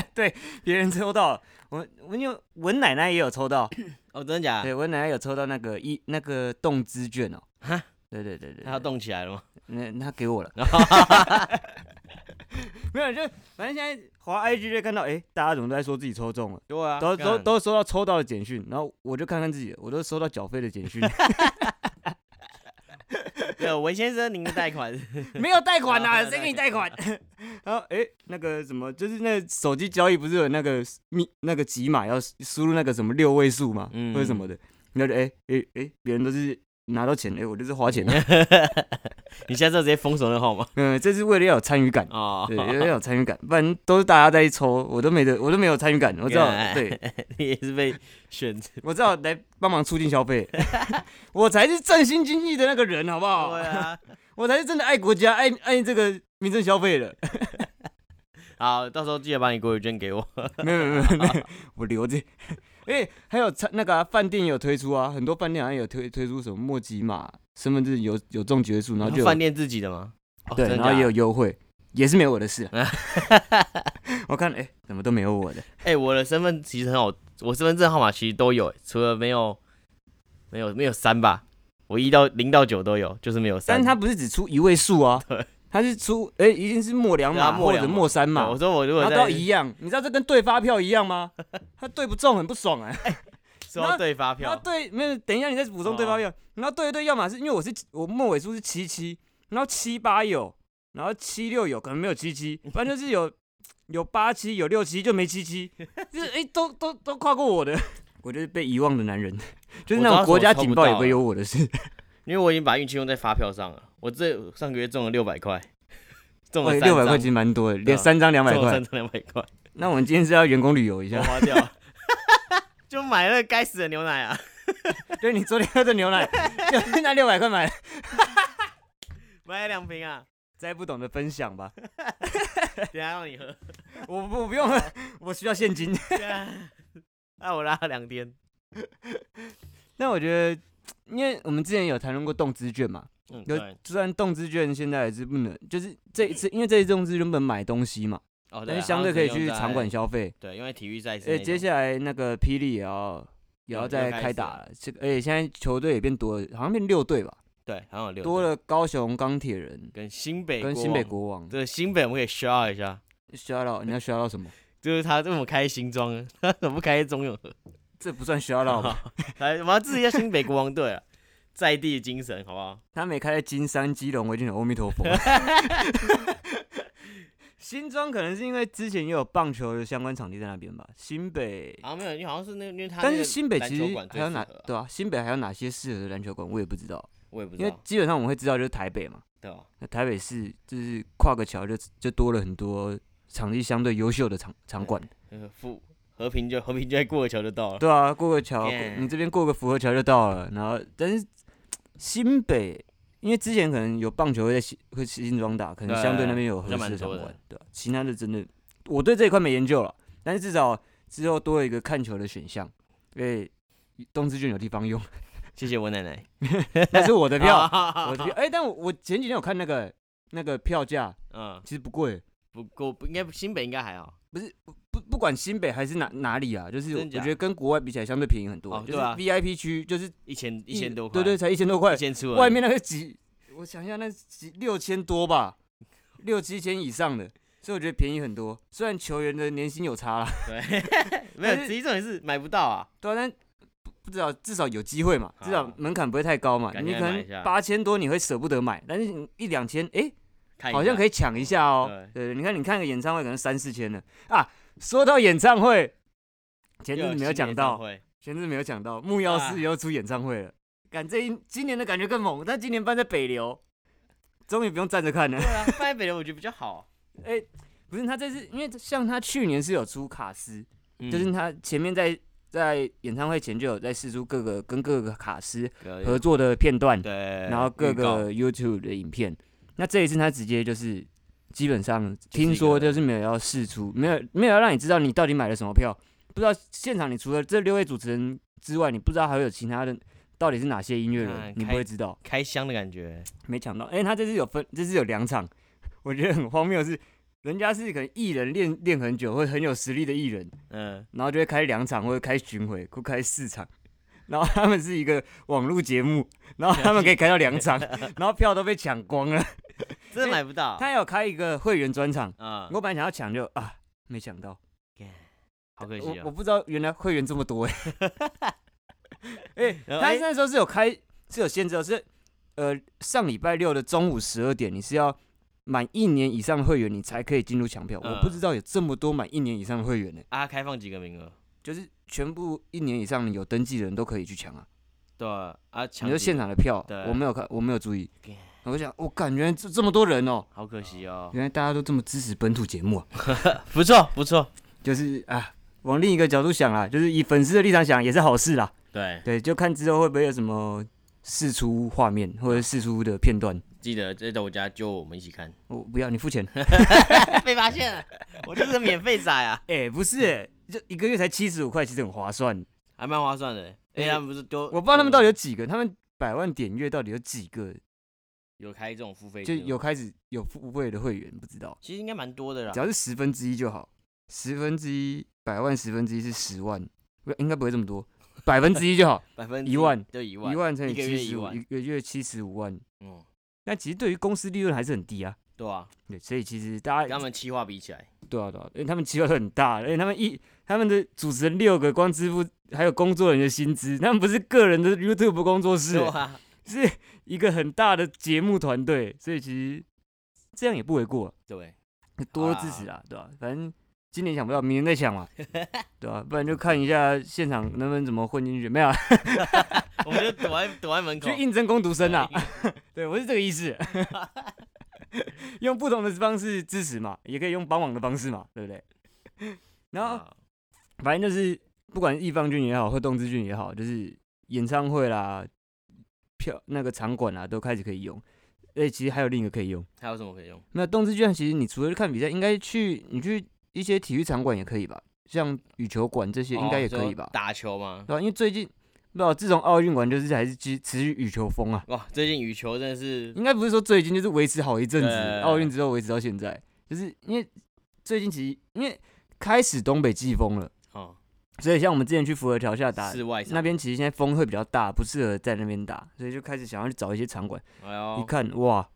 [SPEAKER 1] 别人抽到了，我我因为文奶奶也有抽到，
[SPEAKER 2] 哦，真的假的？
[SPEAKER 1] 对，文奶奶有抽到那个一那个动资券哦。
[SPEAKER 2] 哈，
[SPEAKER 1] 对对对对，
[SPEAKER 2] 他要动起 来了吗？
[SPEAKER 1] 那那他给我了，没有，就反正现在滑 IG 就看到，哎、大家怎么都在说自己抽中了，
[SPEAKER 2] 对 啊
[SPEAKER 1] 都都
[SPEAKER 2] 干
[SPEAKER 1] 都收到抽到的简讯，然后我就看看自己的，我都收到缴费的简讯，
[SPEAKER 2] 对，文先生，您的 贷款
[SPEAKER 1] 没有贷款
[SPEAKER 2] 啊
[SPEAKER 1] 啊，
[SPEAKER 2] 没有
[SPEAKER 1] 谁给你贷
[SPEAKER 2] 贷
[SPEAKER 1] 款
[SPEAKER 2] 款？
[SPEAKER 1] 然后哎、诶那个什么，就是那个手机交易不是有那个密那个几码要输入那个什么六位数嘛，
[SPEAKER 2] 嗯
[SPEAKER 1] 或者什么的，然后就哎哎哎，别、人都是拿到钱，哎、我就是花钱 的，
[SPEAKER 2] 你下次要直接封锁那号码
[SPEAKER 1] 嗯，这是为了要有参与感。
[SPEAKER 2] 哦
[SPEAKER 1] 对，要有参与感，不然都是大家在一抽，我都没得，我都没有参与感。我知道，对，
[SPEAKER 2] 你也是被选择。
[SPEAKER 1] 我只好来帮忙促进消 费，我才是正心经济的那个人，好不好？
[SPEAKER 2] 对啊，
[SPEAKER 1] 我才是真的爱国家、爱爱这个民生消 费的。
[SPEAKER 2] 好，到时候记得把你国语券给我。
[SPEAKER 1] 没有没有没有没有， 我留着。哎、还有餐那个啊饭、店也有推出啊，很多饭店好像有推推出什么莫吉玛身份证有有中绝数，然后就有
[SPEAKER 2] 饭店自己的吗？哦
[SPEAKER 1] 对，
[SPEAKER 2] 真的
[SPEAKER 1] 然后也
[SPEAKER 2] 假
[SPEAKER 1] 有
[SPEAKER 2] 的
[SPEAKER 1] 优惠，也是没有我的 事、啊。我看哎、怎么都没有我的，
[SPEAKER 2] 哎，我的身份其实很好，我身份证号码其实都有，除了没有没有没有三吧，我一到零到九都有，就是没有
[SPEAKER 1] 但
[SPEAKER 2] 三。
[SPEAKER 1] 是它不是只出一位数啊
[SPEAKER 2] 对，
[SPEAKER 1] 它是出哎、一定是末两
[SPEAKER 2] 对啊
[SPEAKER 1] 码
[SPEAKER 2] 末
[SPEAKER 1] 或
[SPEAKER 2] 两
[SPEAKER 1] 者
[SPEAKER 2] 码
[SPEAKER 1] 末三
[SPEAKER 2] 对
[SPEAKER 1] 码
[SPEAKER 2] 我，说我如
[SPEAKER 1] 然
[SPEAKER 2] 果
[SPEAKER 1] 后
[SPEAKER 2] 在
[SPEAKER 1] 都一样，你知道这跟对发票一样 吗？他对不中很不爽哎、
[SPEAKER 2] 收到对发
[SPEAKER 1] 然后
[SPEAKER 2] 票，
[SPEAKER 1] 对没有，等一下你再补充对发票，然后对对对，要么是因为我是我末尾数是七七，然后七八有，然后七六有，可能没有七七，反正就是有有八七有六七就没七 七，就是哎、都都都跨过我的，我就是被遗忘的男人， 就是那种国家警报也不会有我的事，
[SPEAKER 2] 因为我已经把运气用在发票上了。我这上个月中了六百块，中了
[SPEAKER 1] 哇，
[SPEAKER 2] 三
[SPEAKER 1] 哦哎六百块
[SPEAKER 2] 张
[SPEAKER 1] 其实蛮多的，
[SPEAKER 2] 对
[SPEAKER 1] 连
[SPEAKER 2] 啊
[SPEAKER 1] 三张两哦百
[SPEAKER 2] 中了
[SPEAKER 1] 块
[SPEAKER 2] 三。张两百块。
[SPEAKER 1] 那我们今天是要员工旅游一
[SPEAKER 2] 我
[SPEAKER 1] 下，
[SPEAKER 2] 花掉， 就买了该死的牛奶啊！
[SPEAKER 1] 对你昨天喝的牛奶，就是那六百块买的，
[SPEAKER 2] 买两瓶啊，
[SPEAKER 1] 再不懂得分享吧，
[SPEAKER 2] 等一下让你喝。
[SPEAKER 1] 我不我不用 了，我需要现金。
[SPEAKER 2] 干那啊我拉了两天，
[SPEAKER 1] 但我觉得，因为我们之前有谈论过动资券嘛，
[SPEAKER 2] 嗯，
[SPEAKER 1] 有
[SPEAKER 2] 对，
[SPEAKER 1] 虽然动资券现在还是不能，就是这一次，因为这一次动资券不能买东西嘛，
[SPEAKER 2] 哦，
[SPEAKER 1] 但是
[SPEAKER 2] 对，
[SPEAKER 1] 相对可以去场馆，消费。
[SPEAKER 2] 对，因为体育赛事那
[SPEAKER 1] 哎，
[SPEAKER 2] 种，
[SPEAKER 1] 接下来那个霹雳也要也要
[SPEAKER 2] 又
[SPEAKER 1] 再
[SPEAKER 2] 又开
[SPEAKER 1] 开
[SPEAKER 2] 始
[SPEAKER 1] 打
[SPEAKER 2] 了
[SPEAKER 1] 了，这个而且现在球队也变多了，好像变六队吧，
[SPEAKER 2] 对，好像有六
[SPEAKER 1] 多
[SPEAKER 2] 队
[SPEAKER 1] 了高雄钢铁人
[SPEAKER 2] 跟新北
[SPEAKER 1] 跟
[SPEAKER 2] 国
[SPEAKER 1] 新北
[SPEAKER 2] 王，
[SPEAKER 1] 国王。
[SPEAKER 2] 这个新北我们可以 shout 一下，
[SPEAKER 1] 需要到你要需要到什么？
[SPEAKER 2] 就是他这么开新庄， 他怎么不开中永和？
[SPEAKER 1] 这不算需要到吧？
[SPEAKER 2] 来，我们要支持一下新北国王队啊，在地精神，好不好？
[SPEAKER 1] 他没开在金山、基隆，我已经有阿弥陀佛。 新庄可能是因为之前也有棒球的相关场地在那边吧，新北
[SPEAKER 2] 啊，没有，因为好像是那个，因为他
[SPEAKER 1] 但是
[SPEAKER 2] 那个
[SPEAKER 1] 新北
[SPEAKER 2] 篮
[SPEAKER 1] 其
[SPEAKER 2] 球
[SPEAKER 1] 实
[SPEAKER 2] 馆最
[SPEAKER 1] 还有
[SPEAKER 2] 适
[SPEAKER 1] 哪
[SPEAKER 2] 合啊
[SPEAKER 1] 对啊？新北还有哪些适合的篮球馆，我也不知道，
[SPEAKER 2] 我也不
[SPEAKER 1] 因
[SPEAKER 2] 知
[SPEAKER 1] 为
[SPEAKER 2] 道，
[SPEAKER 1] 基本上我们会知道就是台北嘛，
[SPEAKER 2] 对吧？
[SPEAKER 1] 那台北市就是跨个桥就就多了很多场地相对优秀的场场馆，
[SPEAKER 2] 呃，富和平就和平就在过桥就到 了，
[SPEAKER 1] 对啊，过个桥
[SPEAKER 2] Yeah
[SPEAKER 1] 你这边过个福和桥就到了，然后但是新北。因为之前可能有棒球会在新会去新庄打，可能
[SPEAKER 2] 对
[SPEAKER 1] 相对那边有合
[SPEAKER 2] 好像
[SPEAKER 1] 适的
[SPEAKER 2] 蛮
[SPEAKER 1] 场
[SPEAKER 2] 多的
[SPEAKER 1] 馆，对啊其他的真的，我对这一块没研究了，但是至少之后多了一个看球的选项，因为东芝卷有地方 用，
[SPEAKER 2] 谢谢我奶奶，
[SPEAKER 1] 那是我的票，
[SPEAKER 2] 我
[SPEAKER 1] 我的票，哎、但我我前几天有看那个那个票价，
[SPEAKER 2] 嗯，
[SPEAKER 1] 其实不贵，
[SPEAKER 2] 不过不应该新北应该还好，
[SPEAKER 1] 不不管新北还是哪哪里啊，就是我
[SPEAKER 2] 真假
[SPEAKER 1] 觉得跟国外比起来相对便宜很多，
[SPEAKER 2] 哦
[SPEAKER 1] 就是
[SPEAKER 2] 对啊
[SPEAKER 1] VIP 区就是
[SPEAKER 2] 一千一千多块，
[SPEAKER 1] 对对，才一千多块
[SPEAKER 2] 一，千出而已，
[SPEAKER 1] 外面那个几，我想一下，那几六千多吧，六七千以上的，所以我觉得便宜很多。虽然球员的年薪有差啦，
[SPEAKER 2] 没有，
[SPEAKER 1] 但是
[SPEAKER 2] 实际重点是买不到啊，
[SPEAKER 1] 对、啊，但不不知道至少有机会嘛，至少
[SPEAKER 2] 好
[SPEAKER 1] 门槛不会太高嘛，
[SPEAKER 2] 改
[SPEAKER 1] 你
[SPEAKER 2] 天
[SPEAKER 1] 可
[SPEAKER 2] 来买一
[SPEAKER 1] 能
[SPEAKER 2] 下
[SPEAKER 1] 八千多你会舍不得买，但是你一两千，哎、
[SPEAKER 2] 看一
[SPEAKER 1] 好像
[SPEAKER 2] 下
[SPEAKER 1] 可以抢一下哦。对，你看，你看个演唱会可能三四千了啊。说到演唱会，前
[SPEAKER 2] 又
[SPEAKER 1] 阵子没有
[SPEAKER 2] 新
[SPEAKER 1] 讲
[SPEAKER 2] 演唱
[SPEAKER 1] 到，
[SPEAKER 2] 会
[SPEAKER 1] 前阵子没有讲到，木曜四
[SPEAKER 2] 啊
[SPEAKER 1] 又出演唱会了。感这一今年的感觉更猛，但今年办在北流，终于不用站着看了
[SPEAKER 2] 对。啊，放在北流我觉得比较好，啊
[SPEAKER 1] 哎、 不是他这次，因为像他去年是有出卡斯，就
[SPEAKER 2] 就是
[SPEAKER 1] 他前面在在演唱会前就有在试出各个跟各个卡斯合
[SPEAKER 2] 和
[SPEAKER 1] 作的片段，
[SPEAKER 2] 对，
[SPEAKER 1] 然后各
[SPEAKER 2] 呃预告
[SPEAKER 1] 个 YouTube 的影片。那这一次他直接就是基本上听
[SPEAKER 2] 一
[SPEAKER 1] 说
[SPEAKER 2] 个
[SPEAKER 1] 就是没有要试出，没有没有要让你知道你到底买了什么票，不知道现场你除了这六位主持人之外，你不知道还会有其他的到底是哪些音乐人
[SPEAKER 2] 看，
[SPEAKER 1] 你不
[SPEAKER 2] 哎开
[SPEAKER 1] 会知道。
[SPEAKER 2] 开箱的感觉，
[SPEAKER 1] 没抢到，哎、他这次有分，这次有两场， 我觉得很荒谬的是。人家是可能艺人练练很久，会很有实力的艺人，
[SPEAKER 2] 嗯，
[SPEAKER 1] 然后就会开两场，或者开巡回，或开四场。 然后他们是一个网络节目，然后他们可以开到两 场，然后票都被抢光了。
[SPEAKER 2] 真的买不到，
[SPEAKER 1] 他有开一个会员专场，
[SPEAKER 2] 啊，
[SPEAKER 1] 哎我本来想要抢就啊，没抢到，
[SPEAKER 2] 好可惜
[SPEAKER 1] 我我
[SPEAKER 2] 啊，
[SPEAKER 1] 不知道原来会员这么多哎、欸。哎、
[SPEAKER 2] 然后
[SPEAKER 1] 他
[SPEAKER 2] 哎
[SPEAKER 1] 那时候是有开是有限制，的，哦是呃上礼拜六的中午十二点，你是要满一年以上的会员你才可以进入抢票。
[SPEAKER 2] 嗯
[SPEAKER 1] 我不知道有这么多满一年以上的会员呢、
[SPEAKER 2] 啊，开放几个名额？
[SPEAKER 1] 就是全部一年以上有登记的人都可以去抢啊。
[SPEAKER 2] 对啊，啊抢
[SPEAKER 1] 你说
[SPEAKER 2] 几
[SPEAKER 1] 现场的票
[SPEAKER 2] 对，
[SPEAKER 1] 我没有看，我没有注意
[SPEAKER 2] 干。
[SPEAKER 1] 我想，哦我感觉这这么多人哦，
[SPEAKER 2] 好可惜哦，
[SPEAKER 1] 原来大家都这么支持本土节目啊。
[SPEAKER 2] 不错不错，
[SPEAKER 1] 就是啊，往另一个角度想啊，就是以粉丝的立场想也是好事啦。
[SPEAKER 2] 对，
[SPEAKER 1] 对，就看之后会不会有什么试出画面或者试出的片段。
[SPEAKER 2] 记得这到我家揪我们一 起看，
[SPEAKER 1] 我不要你付钱，
[SPEAKER 2] 被发现了，我就是个免费仔啊，
[SPEAKER 1] 哎、不是、欸，就一个月才七十五块，其实很划算。
[SPEAKER 2] 还蛮划算的，哎，
[SPEAKER 1] 哎
[SPEAKER 2] 他们不是都
[SPEAKER 1] 我不知道他们到底有几个，他们百万点阅到底有几个，
[SPEAKER 2] 有开这种付费
[SPEAKER 1] 就
[SPEAKER 2] 制吗，
[SPEAKER 1] 有开始有付费的会员，不知道，
[SPEAKER 2] 其实应该蛮多的啦
[SPEAKER 1] 只，要是十分之一就好，十分之一百万十分之一是十万，不应该不会这么多， 百分之一就好，
[SPEAKER 2] 百分
[SPEAKER 1] 一万
[SPEAKER 2] 就 一万
[SPEAKER 1] 一万乘以
[SPEAKER 2] 一个月
[SPEAKER 1] 七
[SPEAKER 2] 一
[SPEAKER 1] 十五，
[SPEAKER 2] 万
[SPEAKER 1] 一个月七十五万，
[SPEAKER 2] 嗯，
[SPEAKER 1] 那其实对于公司利润还是很低啊。
[SPEAKER 2] 对啊，
[SPEAKER 1] 对，所以其实大
[SPEAKER 2] 跟
[SPEAKER 1] 家
[SPEAKER 2] 他们企划比起来，
[SPEAKER 1] 对啊对啊，因为他们机会很大，而且他们一他们的主持人六个光支付还有工作人员的薪资，他们不是个人的 YouTube 工作室
[SPEAKER 2] 对，啊，
[SPEAKER 1] 是一个很大的节目团队，所以其实这样也不为过，啊
[SPEAKER 2] 对，
[SPEAKER 1] 多多支持啊，对吧、反正今年抢不到，明年再抢 嘛，对吧、不然就看一下现场能不能怎么混进去，没有、啊，
[SPEAKER 2] 我们就躲在躲在门口
[SPEAKER 1] 去，应征工读生啊
[SPEAKER 2] 对，
[SPEAKER 1] 对我是这个意思。用不同的方式支持嘛，也可以用帮忙的方式嘛，对不对？ 然后
[SPEAKER 2] 啊
[SPEAKER 1] 反正就是不管是易方俊也好，或动之俊也啊好，就是演唱会啦、票那个场馆啦，都开始可以用。而且其实还有另一个可以用。
[SPEAKER 2] 还有什么可以用？
[SPEAKER 1] 那动资券其实你除了看比赛，应该去你去一些体育场馆也可以吧，像羽球馆这些应该也可以吧嗯
[SPEAKER 2] 哦就，打球吗？
[SPEAKER 1] 对吧、因为最近不知道自从奥运完就是还是持持续羽球风啊，
[SPEAKER 2] 哇，最近羽球真的是
[SPEAKER 1] 应该不是说最近，就是维持好一阵
[SPEAKER 2] 对对
[SPEAKER 1] 子
[SPEAKER 2] 对，
[SPEAKER 1] 奥运之后维持到现在，就是因为最近其实因为开始东北季风了，
[SPEAKER 2] 哦，
[SPEAKER 1] 所以像我们之前去福和桥下打。
[SPEAKER 2] 室外场
[SPEAKER 1] 那，边其实现在风会比较大，不适合在那边打，所以就开始想要去找一些场馆。
[SPEAKER 2] 哎
[SPEAKER 1] 一
[SPEAKER 2] 呦，
[SPEAKER 1] 看哇，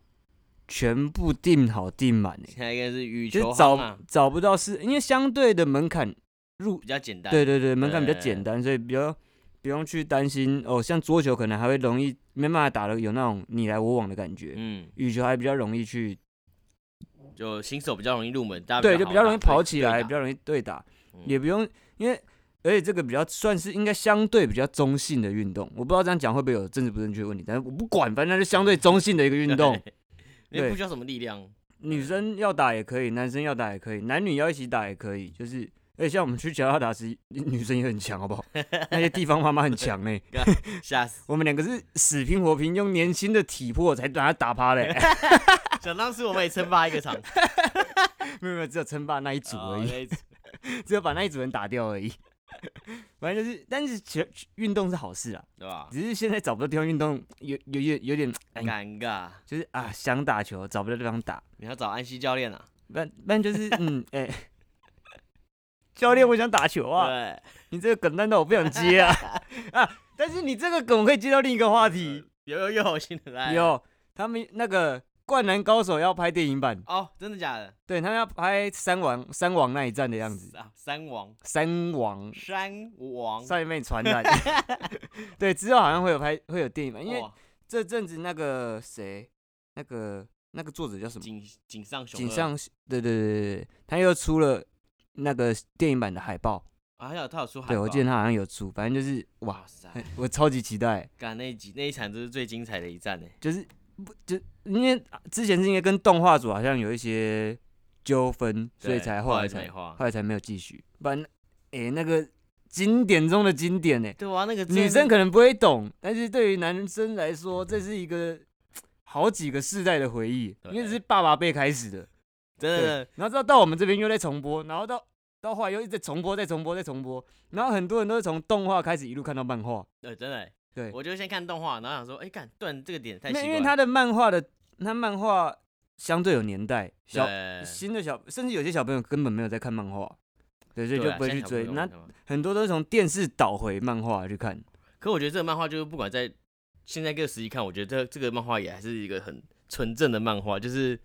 [SPEAKER 1] 全部订好订满欸诶，
[SPEAKER 2] 现在应该是羽
[SPEAKER 1] 就
[SPEAKER 2] 球
[SPEAKER 1] 是找、
[SPEAKER 2] 行啊
[SPEAKER 1] 找不到是，因为相对的门槛入，
[SPEAKER 2] 比较简单，
[SPEAKER 1] 对对对，门槛比较
[SPEAKER 2] 对
[SPEAKER 1] 简单，所以比较不用去担心哦。像桌球可能还会容易没办法打的有那种你来我往的感觉，
[SPEAKER 2] 嗯，
[SPEAKER 1] 羽球还比较容易去，
[SPEAKER 2] 就新手比较容易入门，大家
[SPEAKER 1] 对，就比较
[SPEAKER 2] 好
[SPEAKER 1] 容易
[SPEAKER 2] 打嗯
[SPEAKER 1] 跑起来，比
[SPEAKER 2] 对
[SPEAKER 1] 较容易对打，
[SPEAKER 2] 打
[SPEAKER 1] 也不用因为。而且这个比较算是应该相对比较中性的运动，我不知道这样讲会不会有政治不正确的问题，但是我不管，反正就相对中性的一个运动。，
[SPEAKER 2] 嗯因为
[SPEAKER 1] 对
[SPEAKER 2] 不需要什么力量，
[SPEAKER 1] 女生要打也可以，男生要打也可以，男女要一起打也可以。就是，而且像我们去乔要打时， 女生也很强，好不好？ 那些地方妈妈很强呢、
[SPEAKER 2] 吓死！
[SPEAKER 1] 我们两个是死拼活拼，用年轻的体魄才把他打趴嘞、
[SPEAKER 2] 想当初我们也称霸一个场，
[SPEAKER 1] 没有没有，只有称霸那一组而
[SPEAKER 2] 哦
[SPEAKER 1] 已，
[SPEAKER 2] 那一组
[SPEAKER 1] 只有把那一组人打掉而已。 反正就是，但是其实运动是好事啊，
[SPEAKER 2] 对吧？
[SPEAKER 1] 只是现在找不到地方运动，有有有有点，哎
[SPEAKER 2] 尴尬，
[SPEAKER 1] 就是啊，想打球找不到地方打，
[SPEAKER 2] 你要找安西教练啊，
[SPEAKER 1] 不然不然就是嗯 哎、教练我想打球啊。
[SPEAKER 2] 对，
[SPEAKER 1] 你这个梗难道我不想接啊？啊！但是你这个梗我可以接到另一个话题，
[SPEAKER 2] 嗯有有有新的来了
[SPEAKER 1] 有他们那个《灌篮高手》要拍电影版，
[SPEAKER 2] 哦，真的假的？
[SPEAKER 1] 对他们要拍三王三王那一战的样子，
[SPEAKER 2] 啊，三王
[SPEAKER 1] 三王
[SPEAKER 2] 山王，
[SPEAKER 1] 上一妹传染，对，之后好像会有拍会有电影版，因为
[SPEAKER 2] 哇
[SPEAKER 1] 这阵子那个谁，那个那个作者叫什么？
[SPEAKER 2] 井井上雄二，
[SPEAKER 1] 井上，对对对对对，他又出了那个电影版的海报，
[SPEAKER 2] 啊，还有他有出海报，
[SPEAKER 1] 对我记得他好像有出，反正就是哇，
[SPEAKER 2] 哇塞，
[SPEAKER 1] 很我超级期待。
[SPEAKER 2] 干那一集那一场就是最精彩的一战呢，
[SPEAKER 1] 就是不就因为之前是因为跟动画组好像有一些纠纷，所以
[SPEAKER 2] 对
[SPEAKER 1] 才
[SPEAKER 2] 后
[SPEAKER 1] 后
[SPEAKER 2] 来
[SPEAKER 1] 来
[SPEAKER 2] 就没
[SPEAKER 1] 才
[SPEAKER 2] 画
[SPEAKER 1] 后，来才没有继续。不然，诶、那个经典中的经典呢、
[SPEAKER 2] 对啊，那个真的
[SPEAKER 1] 女生可能不会懂，但是对于男生来说，这是一个好几个世代的回忆，
[SPEAKER 2] 对
[SPEAKER 1] 因为这是爸爸辈开始的，
[SPEAKER 2] 真的
[SPEAKER 1] 然后到到我们这边又在重播，然后到到后来又一直在重播，再重播，再重播，然后很多人都是从动画开始一路看到漫画，
[SPEAKER 2] 对，呃真的，欸
[SPEAKER 1] 对
[SPEAKER 2] 我就先看动画，然后想说，哎，干，断这个点太奇
[SPEAKER 1] 那
[SPEAKER 2] 怪，
[SPEAKER 1] 因为他的漫画的，他漫画相对有年代，小
[SPEAKER 2] 对
[SPEAKER 1] 新的小，甚至有些小朋友根本没有在看漫画，对，所以就
[SPEAKER 2] 对啊
[SPEAKER 1] 不会
[SPEAKER 2] 现
[SPEAKER 1] 去
[SPEAKER 2] 在小朋
[SPEAKER 1] 追。
[SPEAKER 2] 友
[SPEAKER 1] 那
[SPEAKER 2] 看嘛
[SPEAKER 1] 很多都是从电视倒回漫画去看，
[SPEAKER 2] 可我觉得这个漫画就是不管在现在这个时期看，我觉得这这个漫画也还是一个很纯正的漫画，就是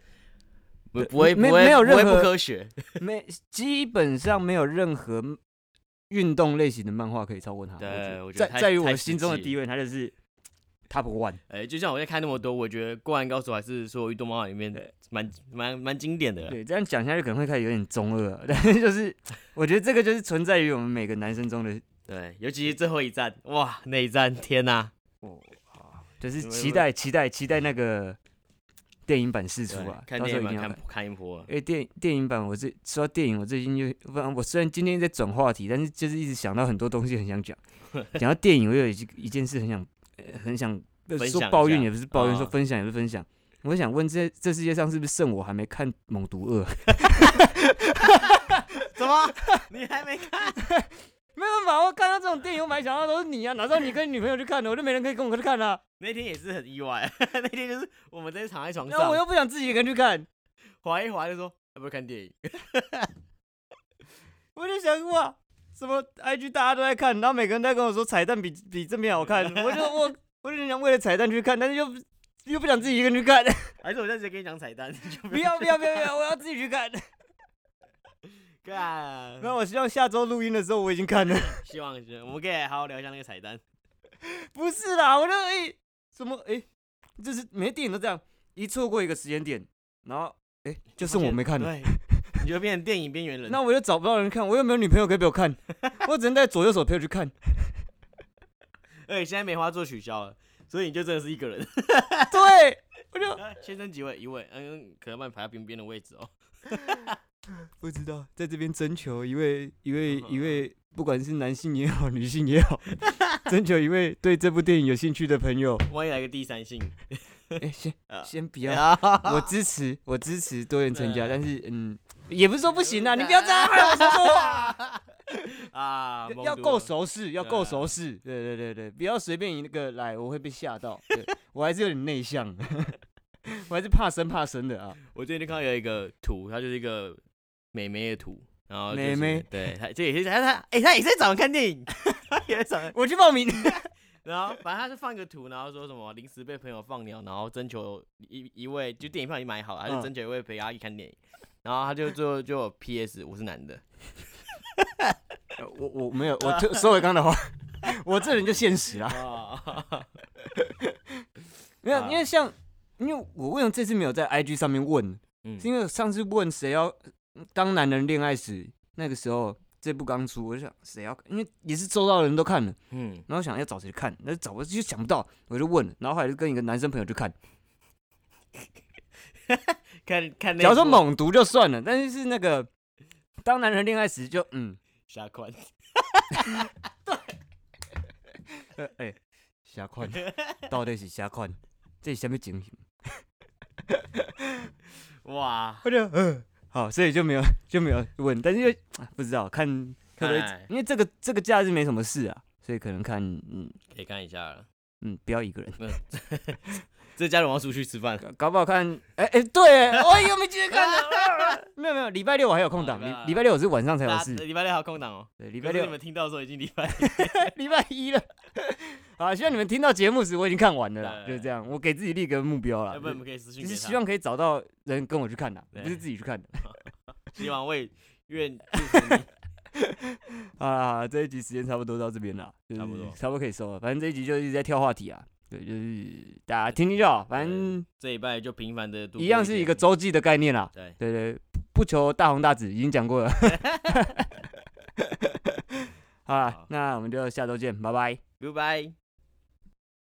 [SPEAKER 2] 不
[SPEAKER 1] 对
[SPEAKER 2] 不会
[SPEAKER 1] 没
[SPEAKER 2] 不会
[SPEAKER 1] 没有
[SPEAKER 2] 不会
[SPEAKER 1] 任何
[SPEAKER 2] 不科学，
[SPEAKER 1] 没 基本上没有任何运动类型的漫画可以超过它。
[SPEAKER 2] 对
[SPEAKER 1] 我
[SPEAKER 2] 我觉
[SPEAKER 1] 在
[SPEAKER 2] 得太
[SPEAKER 1] 在于
[SPEAKER 2] 太
[SPEAKER 1] 我
[SPEAKER 2] 实
[SPEAKER 1] 心中的
[SPEAKER 2] 际
[SPEAKER 1] 地位，它就是 top one。
[SPEAKER 2] 哎、就像我在看那么多，我觉得《灌篮高手》还是所有运动漫画里面
[SPEAKER 1] 对
[SPEAKER 2] 蛮蛮蛮经典的啦。
[SPEAKER 1] 对，这样讲下去可能会开始有点中二啊，但是就是我觉得这个就是存在于我们每个男生中的，
[SPEAKER 2] 对，尤其是最后一战，哇，那一战，天哪、
[SPEAKER 1] 哦就是
[SPEAKER 2] 没有没
[SPEAKER 1] 期
[SPEAKER 2] 有
[SPEAKER 1] 待期待期待那个电影版释 出
[SPEAKER 2] 对
[SPEAKER 1] 啊，
[SPEAKER 2] 嗯看
[SPEAKER 1] 到时
[SPEAKER 2] 电
[SPEAKER 1] 候
[SPEAKER 2] 影
[SPEAKER 1] 一定要
[SPEAKER 2] 版看
[SPEAKER 1] 看。
[SPEAKER 2] 看一 波了，
[SPEAKER 1] 哎、电电影版，我最说到电影，我最近又不然我虽然今天在转话题，但是就是一直想到很多东西很想 讲。讲到电影，我有一一件事很想、呃很想呃
[SPEAKER 2] 分
[SPEAKER 1] 说
[SPEAKER 2] 享一
[SPEAKER 1] 抱
[SPEAKER 2] 下
[SPEAKER 1] 怨也不是抱怨，说
[SPEAKER 2] 啊
[SPEAKER 1] 分享也不是分享。我想问这这世界上是不是剩我还没看《猛毒 二》？
[SPEAKER 2] 怎么？你还没看？
[SPEAKER 1] 没办法，我看到这种电影，我本来想到都是你啊，哪知道你跟女朋友去看的，我就没人可以跟我去看啊啦、
[SPEAKER 2] 那天也是很意外， 那天就是 我们在躺在床
[SPEAKER 1] 然后我
[SPEAKER 2] 上
[SPEAKER 1] 又不想自己一个人去看，
[SPEAKER 2] 滑一滑，就说要不要看电影？
[SPEAKER 1] 我就想哇，什么 IG 大家都在看，然后每个人都在跟我说彩蛋比比正片好看，我就我我就想为了彩蛋去看，但是又不又不想自己一个人去看，
[SPEAKER 2] 还是我在直接跟你讲彩蛋？你就
[SPEAKER 1] 不要不要不要不要，我要自己去看。
[SPEAKER 2] 干
[SPEAKER 1] 那我希望下周录音的时候我已经看了，
[SPEAKER 2] 希望是，我们可以好好聊一下那个彩蛋。
[SPEAKER 1] 不是啦，我就哎、什么哎、就是每电影都这样，一错过一个时间点，然后哎、就剩我没看了，
[SPEAKER 2] 对，你就变成电影边缘人。
[SPEAKER 1] 那我又找不到人看，我又没有女朋友可以陪我看，我只能带左右手陪我去看。
[SPEAKER 2] 而且现在梅花座取消了，所以你就真的是一个人。
[SPEAKER 1] 对，我就
[SPEAKER 2] 先生几位？一位，嗯，可能帮你排到边边的位置哦。
[SPEAKER 1] 不知道，在这边征求一位一位一位，不管是男性也好， 女性也好，征求一位对这部电影有兴趣的朋友，
[SPEAKER 2] 万一来个第三性，
[SPEAKER 1] 哎先
[SPEAKER 2] 啊
[SPEAKER 1] 先不要，
[SPEAKER 2] 啊，
[SPEAKER 1] 哎我支持我支持多元成家，
[SPEAKER 2] 对
[SPEAKER 1] 但是嗯， 也不是说不行啊，你不要这 样害我说话。
[SPEAKER 2] 啊，
[SPEAKER 1] 要够熟
[SPEAKER 2] 熟。
[SPEAKER 1] 识，要
[SPEAKER 2] 对
[SPEAKER 1] 够
[SPEAKER 2] 啊
[SPEAKER 1] 熟识，对对对对，不要随便一个来，我会被吓到。 对我还是有点内向， 我还是怕生怕生的啊。
[SPEAKER 2] 我最近就看到有一个图，它就是一个美眉的图，然后就是
[SPEAKER 1] 美眉
[SPEAKER 2] 对，她这也是她她哎，她也是在找人看电影， 她也在找人，
[SPEAKER 1] 我去报名，
[SPEAKER 2] 然后反正她就放一个图，然后说什么临时被朋友放鸟，然后征求一一位就电影票已经买好了，她就
[SPEAKER 1] 嗯
[SPEAKER 2] 征求一位陪她一起看电影，然后她就最后就有 PS 我是男的，
[SPEAKER 1] 呃 我我没有，我就收回刚刚的话， 我这人就现实啦。
[SPEAKER 2] 啊，
[SPEAKER 1] 没有，
[SPEAKER 2] 啊
[SPEAKER 1] 因为像，因为我为什么这次没有在 IG 上面问，
[SPEAKER 2] 嗯
[SPEAKER 1] 是因为上次问谁要当男人恋爱时，那个时候这部刚出，我就想谁要，因为也是周遭的人都看了。
[SPEAKER 2] 嗯，
[SPEAKER 1] 然后想要找谁看，那找我就想不到，我就问了，然后后来就跟一个男生朋友去看。
[SPEAKER 2] 看看那
[SPEAKER 1] 假如说
[SPEAKER 2] 部
[SPEAKER 1] 猛毒就算了，但是是那个当男人恋爱时就嗯，
[SPEAKER 2] 瞎宽，
[SPEAKER 1] 呃哎、瞎 看，到底是瞎看，这是什么情形？
[SPEAKER 2] 哇，
[SPEAKER 1] 我就呃好，所以就没有就没有问，但是又啊不知道看看会不会
[SPEAKER 2] 哎，
[SPEAKER 1] 因为这个这个假日没什么事啊，所以可能看嗯
[SPEAKER 2] 可以看一下了，
[SPEAKER 1] 嗯不要一个人，
[SPEAKER 2] 这家人我要出去吃饭，
[SPEAKER 1] 搞搞不好看哎哎、对，我又没继续看了， 没有没有，礼拜六我还有空档，
[SPEAKER 2] 好礼拜
[SPEAKER 1] 礼礼拜六我是晚上才有
[SPEAKER 2] 大家
[SPEAKER 1] 事，
[SPEAKER 2] 礼拜六还有空档哦，
[SPEAKER 1] 对，礼
[SPEAKER 2] 礼
[SPEAKER 1] 拜六
[SPEAKER 2] 你们听到的时候已经礼拜
[SPEAKER 1] 礼拜一了。啊，希望你们听到节目时我已经看完了啦，
[SPEAKER 2] 对
[SPEAKER 1] 就是这样，我给自己立个目标啦
[SPEAKER 2] 要，不然我们可以私
[SPEAKER 1] 就就
[SPEAKER 2] 信给
[SPEAKER 1] 是
[SPEAKER 2] 他
[SPEAKER 1] 希望可以找到人跟我去看的，
[SPEAKER 2] 对
[SPEAKER 1] 不是自己去看的。
[SPEAKER 2] 希望为愿祝福你
[SPEAKER 1] 啊，这一集时间差不多到这边了，就是
[SPEAKER 2] 差不多
[SPEAKER 1] 差不多可以收了。反正这一集就一直在挑话题啊，对，就是大家听听就好，反正
[SPEAKER 2] 这一拜就平凡的度过
[SPEAKER 1] 一样是一个
[SPEAKER 2] 天
[SPEAKER 1] 周记的概念啦。
[SPEAKER 2] 对，
[SPEAKER 1] 对对，不求大红大紫，已经讲过了。 好啦
[SPEAKER 2] 好，
[SPEAKER 1] 那我们就下周见，拜拜。
[SPEAKER 2] 拜拜。